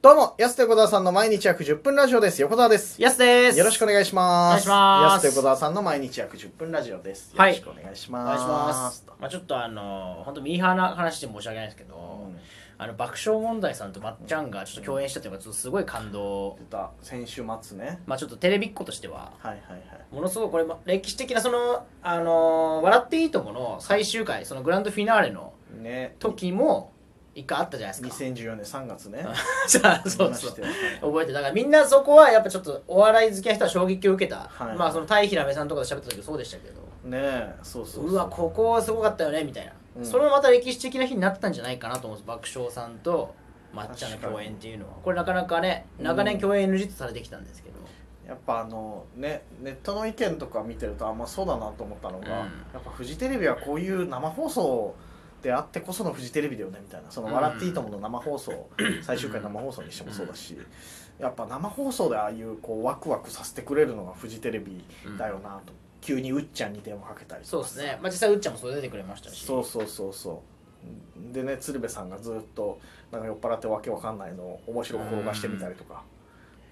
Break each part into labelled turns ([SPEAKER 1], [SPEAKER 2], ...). [SPEAKER 1] どうも、安手小沢さんの毎日約10分ラジオです。横澤です。
[SPEAKER 2] やすです。
[SPEAKER 1] よろしくお
[SPEAKER 2] お願い
[SPEAKER 1] 願いします。
[SPEAKER 2] お願いします
[SPEAKER 1] 安手小沢さんの毎日約10分ラジオです。よ
[SPEAKER 2] は
[SPEAKER 1] ろ
[SPEAKER 2] い
[SPEAKER 1] しくお願いします。
[SPEAKER 2] します。まあちょっとあの本当ミーハーな話で申し訳ないですけど、
[SPEAKER 1] うん
[SPEAKER 2] あの爆笑問題さんとまっちゃんがちょっと共演したというか、ちょっとすごい感動
[SPEAKER 1] 出。た先週末ね。
[SPEAKER 2] まあちょっとテレビっ子としては。
[SPEAKER 1] はいはいはい。
[SPEAKER 2] ものすごいこれも歴史的なそのあの笑っていいとも!」の最終回そのグランドフィナーレの
[SPEAKER 1] ね。
[SPEAKER 2] 時も一回あったじゃないですか。
[SPEAKER 1] 2014年3月ね。
[SPEAKER 2] じゃあ そうそう
[SPEAKER 1] 見ましたよ
[SPEAKER 2] 覚えてだからみんなそこはやっぱちょっとお笑い好きな人は衝撃を受けた、
[SPEAKER 1] はい
[SPEAKER 2] まあその対平目さんとかと喋った時もそうでしたけど
[SPEAKER 1] ねえ、そうそうそう
[SPEAKER 2] うわここはすごかったよねみたいな、
[SPEAKER 1] うん
[SPEAKER 2] それもまた歴史的な日になったんじゃないかなと思うんです爆笑さんとまっちゃんの共演っていうのはこれなかなかね
[SPEAKER 1] うん
[SPEAKER 2] 長年共演 NG とされてきたんですけど、
[SPEAKER 1] やっぱあのねネットの意見とか見てるとあんまあそうだなと思ったのが、
[SPEAKER 2] うん
[SPEAKER 1] やっぱフジテレビはこういう生放送であってこそのフジテレビだよねみたいなその「
[SPEAKER 2] うん
[SPEAKER 1] 笑っていいとも!」の生放送、最終回生放送にしてもそうだし、やっぱ生放送でああいうこうワクワクさせてくれるのがフジテレビだよなと、急にうっちゃんに電話かけたり
[SPEAKER 2] そう
[SPEAKER 1] と
[SPEAKER 2] で
[SPEAKER 1] か
[SPEAKER 2] すね、まあ、実際うっちゃんもそれ出てくれましたし
[SPEAKER 1] そうそうそうそうでね鶴瓶さんがずっとなんか酔っ払ってわけわかんないのを面白く転がしてみたりとか、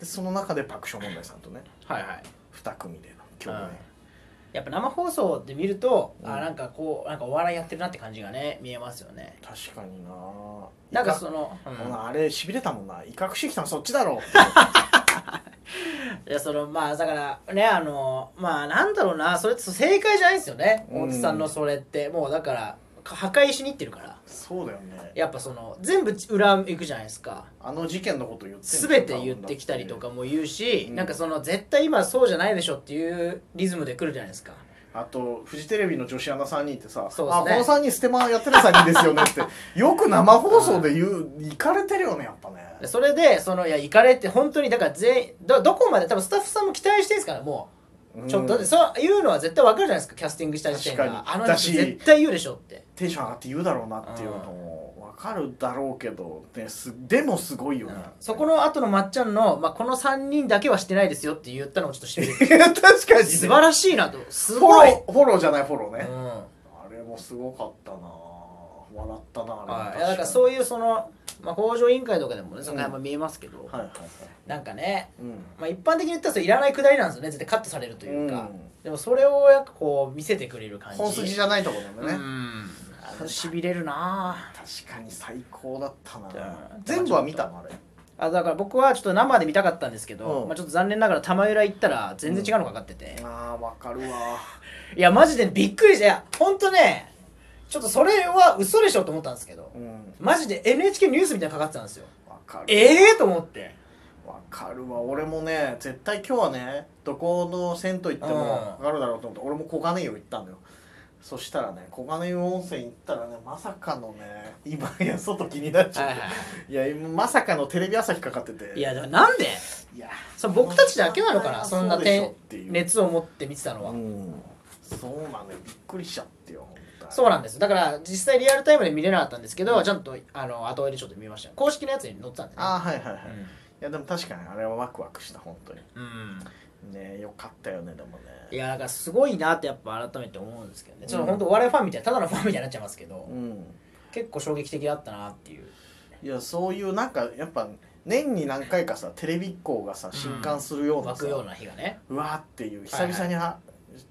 [SPEAKER 1] でその中で爆笑問題さんとね
[SPEAKER 2] はいはい
[SPEAKER 1] 2組での共演、
[SPEAKER 2] うんやっぱ生放送で見ると、
[SPEAKER 1] うん
[SPEAKER 2] あなんかこうなんかお笑いやってるなって感じがね見えますよね
[SPEAKER 1] 確かにな
[SPEAKER 2] なんか
[SPEAKER 1] い
[SPEAKER 2] その、うん
[SPEAKER 1] もうなあれしびれたもんな威嚇してきたのそっちだ ろ
[SPEAKER 2] いやそのまあだからねあのまあなんだろうなそれって正解じゃないんですよね
[SPEAKER 1] うん
[SPEAKER 2] 大津さんのそれってもうだから破壊しにいってるから
[SPEAKER 1] そうだよね
[SPEAKER 2] やっぱその全部裏行くじゃないですか
[SPEAKER 1] あの事件のこと言ってんの
[SPEAKER 2] 全て言ってきたりとかも言うし、
[SPEAKER 1] うん
[SPEAKER 2] なんかその絶対今そうじゃないでしょっていうリズムで来るじゃないですか
[SPEAKER 1] あとフジテレビの女子アナ3人ってさ「
[SPEAKER 2] そうっす
[SPEAKER 1] あこ
[SPEAKER 2] ね
[SPEAKER 1] の3人ステマやってる3人ですよね」 ってよく生放送で言ういかれてるよねやっぱね
[SPEAKER 2] でそれでそのいや行かれって本当にだから全員どどこまで多分スタッフさんも期待してるんですからもうちょっと、だって
[SPEAKER 1] うん
[SPEAKER 2] そういうのは絶対わかるじゃないですかキャスティングした時点
[SPEAKER 1] 確
[SPEAKER 2] が
[SPEAKER 1] かに
[SPEAKER 2] あの
[SPEAKER 1] だ
[SPEAKER 2] 人
[SPEAKER 1] し
[SPEAKER 2] 絶対言うでしょって
[SPEAKER 1] テンション上がって言うだろうなっていうのも分かるだろうけど、ね、すでもすごいよね、
[SPEAKER 2] そこの後のまっちゃんの、まあ、この3人だけはしてないですよって言ったのもちょっと してる
[SPEAKER 1] 確かにね、
[SPEAKER 2] 素晴らしいなとす
[SPEAKER 1] フォ
[SPEAKER 2] ごい、
[SPEAKER 1] ローフォローじゃないフォロー
[SPEAKER 2] う
[SPEAKER 1] ね、
[SPEAKER 2] ん
[SPEAKER 1] あれもすごかったなぁ笑ったなぁ
[SPEAKER 2] はい、い
[SPEAKER 1] あれ
[SPEAKER 2] やだからそう
[SPEAKER 1] いう
[SPEAKER 2] いうその、まあ、工場委員会とかでもねその辺
[SPEAKER 1] う
[SPEAKER 2] も見えますけど、
[SPEAKER 1] はいはいはい
[SPEAKER 2] なんかね、
[SPEAKER 1] うん
[SPEAKER 2] まあ、一般的に言ったらそれいらないくだりなんですよね絶対カットされるというか、
[SPEAKER 1] うん
[SPEAKER 2] でもそれをやっぱこう見せてくれる感じ
[SPEAKER 1] 本筋じゃないところでもね、
[SPEAKER 2] うんしびれるな
[SPEAKER 1] 確かに最高だったな
[SPEAKER 2] じゃあ
[SPEAKER 1] ぁ全部は見たのあれ
[SPEAKER 2] ああだから僕はちょっと生で見たかったんですけど、
[SPEAKER 1] うん
[SPEAKER 2] まあ、ちょっと残念ながら玉浦行ったら全然違うのかかってて、
[SPEAKER 1] あーわかる わ
[SPEAKER 2] いやマジでびっくりしたいやほんとねちょっとそれは嘘でしょと思ったんですけど
[SPEAKER 1] うん
[SPEAKER 2] マジで NHK ニュースみたいなのかかってたんですよ
[SPEAKER 1] わかる
[SPEAKER 2] ええと思って
[SPEAKER 1] わかるわ俺もね絶対今日はねどこの銭湯行ってもわかるだろうと思って、俺も黄金湯行ったのよそしたらね黄金湯温泉行ったらねまさかのね今いや外気になっちゃって、いや今まさかのテレビ朝日かかってて
[SPEAKER 2] いやだからなんで
[SPEAKER 1] いや
[SPEAKER 2] それ僕たちだけなのかなそんな
[SPEAKER 1] 点
[SPEAKER 2] 点熱を持って見てたのは、
[SPEAKER 1] うんそうなのよびっくりしちゃってよ本当に
[SPEAKER 2] そうなんですだから実際リアルタイムで見れなかったんですけど、ちゃんとあの後追いでちょっと見ました公式のやつに載ってたんでね
[SPEAKER 1] ああはいはいはい、いやでも確かにあれはワクワクした本当に
[SPEAKER 2] うん、うん
[SPEAKER 1] ねよかったよねでもね
[SPEAKER 2] いやだからすごいなってやっぱ改めて思うんですけどねちょっ
[SPEAKER 1] う
[SPEAKER 2] と
[SPEAKER 1] ん
[SPEAKER 2] 本当お笑いファンみたいなただのファンみたいになっちゃいますけど、
[SPEAKER 1] うん
[SPEAKER 2] 結構衝撃的だったなっていう
[SPEAKER 1] いやそういうなんかやっぱ年に何回かさテレビっ子がさ震撼するような
[SPEAKER 2] 湧
[SPEAKER 1] さ、
[SPEAKER 2] くような日がね
[SPEAKER 1] うわーっていう久々には、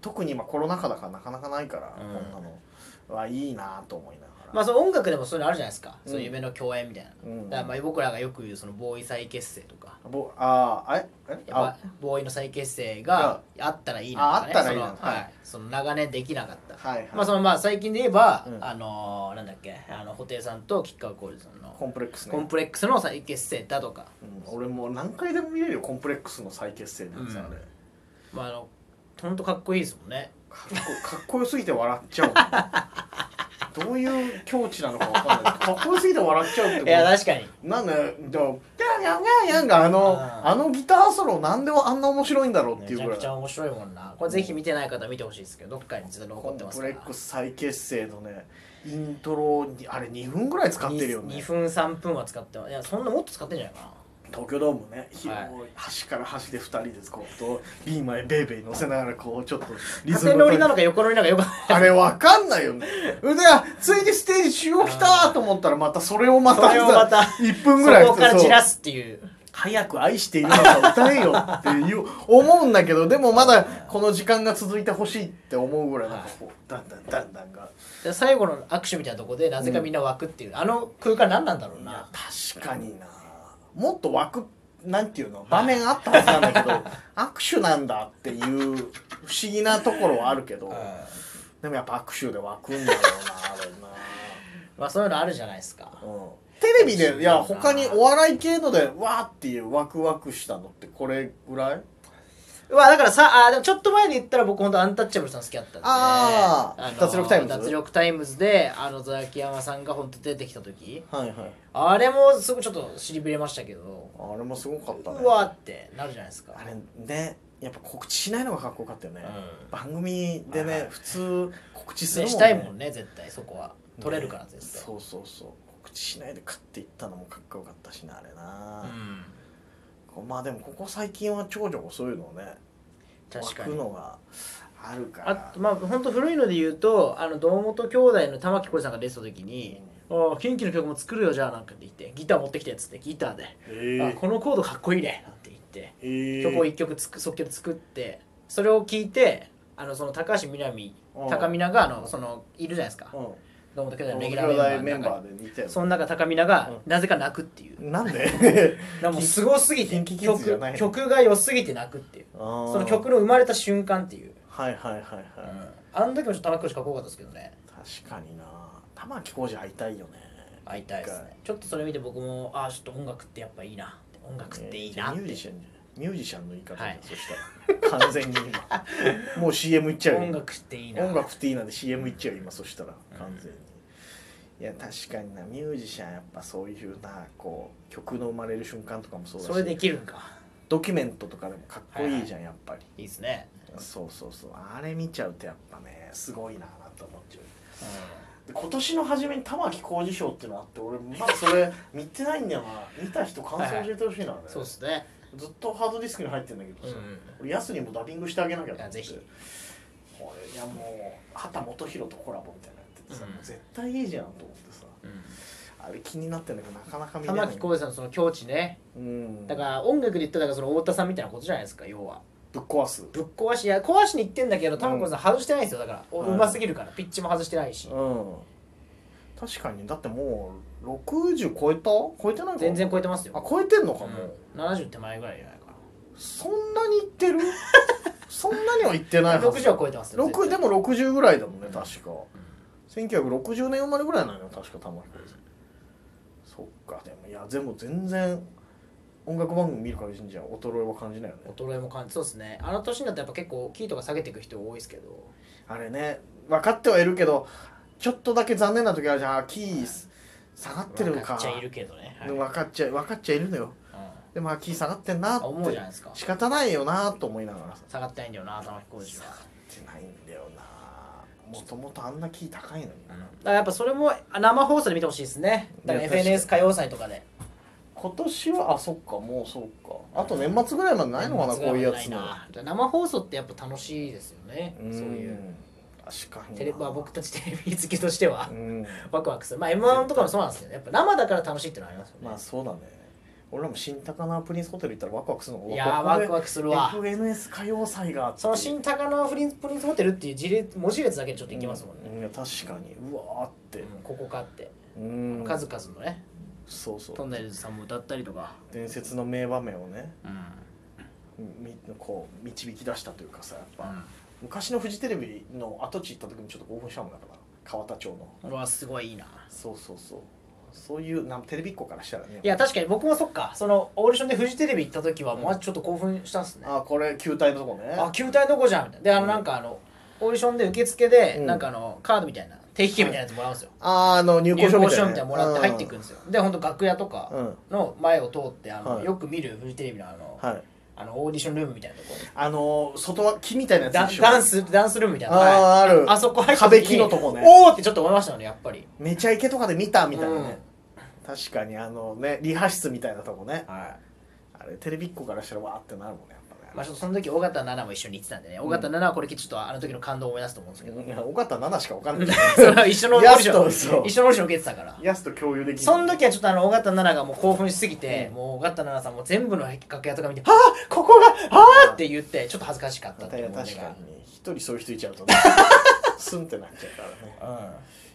[SPEAKER 1] 特に今コロナ禍だからなかなかないから、
[SPEAKER 2] うん
[SPEAKER 1] こんなのはいいなと思いながら、
[SPEAKER 2] まあその音楽でもそういうのあるじゃないですか、
[SPEAKER 1] うん
[SPEAKER 2] そういう夢の共演みたいな、
[SPEAKER 1] うん
[SPEAKER 2] だからまあ僕らがよく言うそのボーイ再結成とか
[SPEAKER 1] ぼあーあれえ
[SPEAKER 2] やっ
[SPEAKER 1] あ
[SPEAKER 2] ぱボーイの再結成があったらいいなとか、ね、
[SPEAKER 1] ああったらいいな
[SPEAKER 2] そのはい
[SPEAKER 1] はい
[SPEAKER 2] その長年できなかった、
[SPEAKER 1] はい
[SPEAKER 2] まあそ
[SPEAKER 1] の
[SPEAKER 2] のまあ最近で言えば、
[SPEAKER 1] うん
[SPEAKER 2] あのーなんだっけあの布袋さんと吉川晃司さん
[SPEAKER 1] コ
[SPEAKER 2] の
[SPEAKER 1] ンプレックスね
[SPEAKER 2] コンプレックスの再結成だとか、
[SPEAKER 1] うん、俺もう何回でも見れるよコンプレックスの再結成なんてさ、
[SPEAKER 2] うん
[SPEAKER 1] あれ
[SPEAKER 2] まああのほんとかっこいいですもんね
[SPEAKER 1] かっこかっこよすぎて笑っちゃう どういう境地なのかわかんないかっこよすぎて笑っちゃうっても
[SPEAKER 2] いうや確かに
[SPEAKER 1] なんだよ、でもギャンギャンギャンギャンがあの、
[SPEAKER 2] うん
[SPEAKER 1] あのギターソロなんであんな面白いんだろうってい
[SPEAKER 2] め
[SPEAKER 1] うぐ
[SPEAKER 2] ちゃ
[SPEAKER 1] ら
[SPEAKER 2] く
[SPEAKER 1] い
[SPEAKER 2] ち。ゃ面白いもんなこれぜひ見てない方は見てほしいですけどどっかにずっと残
[SPEAKER 1] コ
[SPEAKER 2] っ
[SPEAKER 1] ン
[SPEAKER 2] てます
[SPEAKER 1] プ
[SPEAKER 2] か
[SPEAKER 1] レ
[SPEAKER 2] ら
[SPEAKER 1] ックス再結成のね、イントロに、あれ2分ぐらい使ってるよ
[SPEAKER 2] 2,
[SPEAKER 1] ね。
[SPEAKER 2] 分3分は使ってますいやそんなもっと使ってんじゃないかな
[SPEAKER 1] 東京ドームね広
[SPEAKER 2] はい
[SPEAKER 1] い端から端で2人でこうとビーマイベイベイ乗せながらこうちょっとリズム
[SPEAKER 2] 縦乗りなのか横乗りなのかよくわかんない
[SPEAKER 1] あれわかんないよ ね。で、あついにステージ中央来たと思ったらまたそれをまた
[SPEAKER 2] それをまた
[SPEAKER 1] 1分ぐらい
[SPEAKER 2] そこから散ら
[SPEAKER 1] そう
[SPEAKER 2] すっていう
[SPEAKER 1] 早く愛しているのか歌えよって いう思うんだけどでもまだこの時間が続いてほしいって思うぐらいなんかこうだんだんだんだんが
[SPEAKER 2] で最後の握手みたいなとこでなぜかみんな湧くっていう、あの空間何なんだろう
[SPEAKER 1] いや
[SPEAKER 2] な
[SPEAKER 1] 確かになもっと枠なんていうの場面あったはずなんだけど 握手なんだっていう不思議なところはあるけどでもやっぱ握手で湧くんだろうなあれな。
[SPEAKER 2] まあそういうのあるじゃないですか
[SPEAKER 1] テレビでいや他にお笑い系のでわーっていうワクワクしたのってこれぐらい
[SPEAKER 2] まあだからさあーでもちょっと前で言ったら僕本当アンタッチャブルさん好きだったんで
[SPEAKER 1] あー
[SPEAKER 2] の
[SPEAKER 1] 脱力タイムズ
[SPEAKER 2] 脱力タイムズであのザキヤマさんが本当出てきた時
[SPEAKER 1] はいはい
[SPEAKER 2] あれもすごいちょっと尻びれましたけど
[SPEAKER 1] あれもすごかったね
[SPEAKER 2] うわーってなるじゃないですか
[SPEAKER 1] あれねやっぱ告知しないのがかっこよかったよね、
[SPEAKER 2] うん
[SPEAKER 1] 番組で
[SPEAKER 2] はい
[SPEAKER 1] ね普通告知する
[SPEAKER 2] ね
[SPEAKER 1] もんね
[SPEAKER 2] したいもんね絶対そこは取れるから
[SPEAKER 1] ね
[SPEAKER 2] 絶対、
[SPEAKER 1] そうそうそう告知しないで買っていったのもかっこよかったしなあれ
[SPEAKER 2] う
[SPEAKER 1] な、
[SPEAKER 2] ん
[SPEAKER 1] まあでもここ最近は長女もそういうのをね
[SPEAKER 2] 確か
[SPEAKER 1] 湧く
[SPEAKER 2] に
[SPEAKER 1] のがあるから
[SPEAKER 2] あとまあ本当古いので言うとあの堂本兄弟の玉木浩二さんが出てた時に「ああ元気の曲も作るよじゃあ」なんかって言ってギター持ってきてっつってギターで
[SPEAKER 1] え
[SPEAKER 2] 「あこのコードかっこいいね」なんて言って
[SPEAKER 1] えー
[SPEAKER 2] 曲を一曲つく即興で作ってそれを聞いてあのその高橋みなみ
[SPEAKER 1] うん
[SPEAKER 2] 高見ながあのそのいるじゃないですか
[SPEAKER 1] うん
[SPEAKER 2] 堂本兄弟のレギュラ
[SPEAKER 1] 兄
[SPEAKER 2] ー
[SPEAKER 1] 弟
[SPEAKER 2] メ
[SPEAKER 1] メ
[SPEAKER 2] ン
[SPEAKER 1] ンバ
[SPEAKER 2] バーの中に
[SPEAKER 1] ーで似たよね
[SPEAKER 2] その中高見なが
[SPEAKER 1] う
[SPEAKER 2] なぜか泣くっていう
[SPEAKER 1] なん で
[SPEAKER 2] だからもうすごすぎて
[SPEAKER 1] キンキキッズじゃない
[SPEAKER 2] 曲曲が良すぎて泣くっていう
[SPEAKER 1] その
[SPEAKER 2] その曲の生まれた瞬間っていう
[SPEAKER 1] はいはいはいはい、
[SPEAKER 2] あの時もちょっと玉木浩二かっこよかったですけどね
[SPEAKER 1] 確かにな玉置浩二会いたいよね
[SPEAKER 2] 会いたいですねちょっとそれ見て僕もああちょっと音楽ってやっぱいいなって音楽っていいなっ
[SPEAKER 1] ミュージ
[SPEAKER 2] て
[SPEAKER 1] シャンじゃんミュージシャンの言い方じゃん、
[SPEAKER 2] はい
[SPEAKER 1] そしたら完全に 今もう CM いっちゃうよ
[SPEAKER 2] 音楽っていいな
[SPEAKER 1] 音楽っていいなんで CM いっちゃうよ今そしたら完全に、いや確かになミュージシャンやっぱそういうなこう曲の生まれる瞬間とかもそうだし
[SPEAKER 2] それできるんか
[SPEAKER 1] ドキュメントとかでもかっこいいじゃん、やっぱり
[SPEAKER 2] いいですね、
[SPEAKER 1] そうそうそうあれ見ちゃうとやっぱねすごいなあと思っちゃうで今年の初めに玉置浩二賞っていうのあって俺まだそれ見てないんだよな見た人感想教えてほしいな、ね
[SPEAKER 2] そうですね、
[SPEAKER 1] ずっとハードディスクに入ってんだけどさ、俺ヤスにもダビングしてあげなきゃと思
[SPEAKER 2] あ
[SPEAKER 1] って
[SPEAKER 2] ぜひ
[SPEAKER 1] これいやもう畑基博とコラボみたいなのやっててさ、
[SPEAKER 2] うん
[SPEAKER 1] もう絶対いいじゃんと思ってさあれ気になってんだけどなかなか見れない
[SPEAKER 2] 玉置浩二さんのその境地ね
[SPEAKER 1] うん
[SPEAKER 2] だから音楽で言ったらだからその太田さんみたいなことじゃないですか要は
[SPEAKER 1] ぶっ壊す
[SPEAKER 2] ぶっ壊しいや壊しに行ってんだけど玉置浩二さん外してないんですよだからお
[SPEAKER 1] はいう
[SPEAKER 2] ますぎるからピッチも外してないし
[SPEAKER 1] うん確かにだってもう60超えた超えてないか
[SPEAKER 2] 全然超えてますよ
[SPEAKER 1] あ超えてんのかもう、
[SPEAKER 2] うん70手前ぐらいじゃないか
[SPEAKER 1] そんなにいって るそんなにはいってない
[SPEAKER 2] な
[SPEAKER 1] はず
[SPEAKER 2] 60は超えてますよ
[SPEAKER 1] 6で
[SPEAKER 2] 絶対
[SPEAKER 1] も60ぐらいだもんね確か、1960年生まれぐらいなのよ確か玉置浩二さんそっかでもいやでも全然音楽番組見る限りじゃ衰えは感じないよね
[SPEAKER 2] 衰えも感じそうですねあの年になってやっぱ結構キーとか下げていく人多いですけど
[SPEAKER 1] あれね分かってはいるけどちょっとだけ残念な時あるじゃんあキー下がってる
[SPEAKER 2] 分
[SPEAKER 1] のか
[SPEAKER 2] っちゃいるけどね、はい
[SPEAKER 1] でも分かっちゃい分かっちゃいるのよ
[SPEAKER 2] う
[SPEAKER 1] でもあキー下がってんなっ
[SPEAKER 2] ん思うじゃ
[SPEAKER 1] て
[SPEAKER 2] ないですか
[SPEAKER 1] 仕方ないよなと思いながらさ
[SPEAKER 2] 下がってないんだよな玉置浩二は
[SPEAKER 1] ってないんだよなもともとあんなキー高いのに
[SPEAKER 2] だからやっぱそれもあ生放送で見てほしいですねだから
[SPEAKER 1] いや確かに
[SPEAKER 2] FNS 歌謡祭とかで
[SPEAKER 1] 今年はあそっかもうそうかあと年末ぐらいまでないのかなこういうやつ
[SPEAKER 2] な
[SPEAKER 1] の
[SPEAKER 2] な生放送ってやっぱ楽しいですよね
[SPEAKER 1] ん
[SPEAKER 2] そういう
[SPEAKER 1] 確かにな
[SPEAKER 2] テレまあ僕たちテレビ好きとしては
[SPEAKER 1] うん
[SPEAKER 2] ワクワクするまあ m 1とかもそうなんですけどやっぱ生だから楽しいってのはありますよね、
[SPEAKER 1] まあそうだね俺らも新高輪プリンスホテル行ったらワクワクするの
[SPEAKER 2] いやーワクワクするわ
[SPEAKER 1] FNS 歌謡祭があって
[SPEAKER 2] その新高輪プリンプリンスホテルっていう事例文字列だけでちょっといきますもんね、
[SPEAKER 1] うんいや確かにうわーって
[SPEAKER 2] うんここかって、
[SPEAKER 1] うん
[SPEAKER 2] 数々のね
[SPEAKER 1] そうそ
[SPEAKER 2] ト
[SPEAKER 1] う
[SPEAKER 2] ンネルズさんも歌ったりとか、
[SPEAKER 1] 伝説の名場面をね
[SPEAKER 2] うん
[SPEAKER 1] みこう導き出したというかさやっぱ昔のフジテレビの跡地行った時にちょっと興奮したもんだから川田町の
[SPEAKER 2] これはすごいいいな
[SPEAKER 1] そうそうそうそういうなんテレビっ子からしたらね
[SPEAKER 2] いや確かに僕もそっかそのオーディションでフジテレビ行った時は
[SPEAKER 1] うん
[SPEAKER 2] もうちょっと興奮したんすね、
[SPEAKER 1] あこれ球体のとこね
[SPEAKER 2] あ球体どこじゃんみたいなであの
[SPEAKER 1] うん
[SPEAKER 2] なんかあのオーディションで受付で
[SPEAKER 1] うん
[SPEAKER 2] なんかあのカードみたいな定期券みたいなやつもらうんですよ、
[SPEAKER 1] あーあの入
[SPEAKER 2] 入
[SPEAKER 1] 校証み
[SPEAKER 2] 校
[SPEAKER 1] たい
[SPEAKER 2] 証
[SPEAKER 1] な
[SPEAKER 2] みたいなのもらって入っていくんですよ、でほんと楽屋と
[SPEAKER 1] う
[SPEAKER 2] か
[SPEAKER 1] ん
[SPEAKER 2] の前を通ってあの、
[SPEAKER 1] はい
[SPEAKER 2] よく見るフジテレビのあの,、
[SPEAKER 1] はい
[SPEAKER 2] あのオーディションルームみたいなとこ
[SPEAKER 1] あのー外は木みたいなやつ
[SPEAKER 2] ダ
[SPEAKER 1] でしょ
[SPEAKER 2] ダンスダンスルームみたい
[SPEAKER 1] あー
[SPEAKER 2] な
[SPEAKER 1] ある
[SPEAKER 2] あそこ入った時
[SPEAKER 1] 壁木のとこね
[SPEAKER 2] おおってちょっと思いましたよねやっぱり
[SPEAKER 1] めちゃイケとかで見たみたいなね、確かにあのねリハ室みたいなとこね
[SPEAKER 2] は
[SPEAKER 1] あれテレビっ子からしたらわーってなるもんねやっぱね、
[SPEAKER 2] まあ、ちょっとその時尾形奈々も一緒に行ってたんでね尾形奈々はこれ聞いてちょっとあの時の感動を思い出すと思うんですけど、
[SPEAKER 1] いや尾形7しか分かん ない
[SPEAKER 2] それは一緒のオーディ シ
[SPEAKER 1] やすとそ
[SPEAKER 2] ョ
[SPEAKER 1] う
[SPEAKER 2] ン一緒のオーディション受けてたから
[SPEAKER 1] やすと共有できる
[SPEAKER 2] その時はちょっとあの尾形奈々がもう興奮しすぎて、もう尾形奈々さんも全部の楽屋とか見て「ああここがああ!」って言ってちょっと恥ずかしかった
[SPEAKER 1] ま
[SPEAKER 2] ったてい
[SPEAKER 1] や
[SPEAKER 2] う思い
[SPEAKER 1] 確
[SPEAKER 2] 出
[SPEAKER 1] か
[SPEAKER 2] が
[SPEAKER 1] に一人そういう人いちゃ うとねスンってなっちゃうからね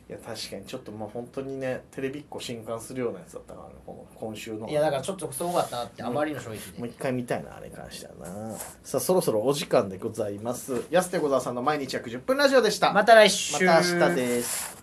[SPEAKER 1] いや確かにちょっとまあ本当にねテレビっ子震撼するようなやつだったからねこの今週
[SPEAKER 2] う
[SPEAKER 1] の
[SPEAKER 2] んいやだからちょっとすごかったなってあまりの衝撃
[SPEAKER 1] もう
[SPEAKER 2] で
[SPEAKER 1] 一回見たいなあれに関してはなさあそろそろお時間でございます安手小沢さんの毎日約10分ラジオでした
[SPEAKER 2] また来週
[SPEAKER 1] また明日です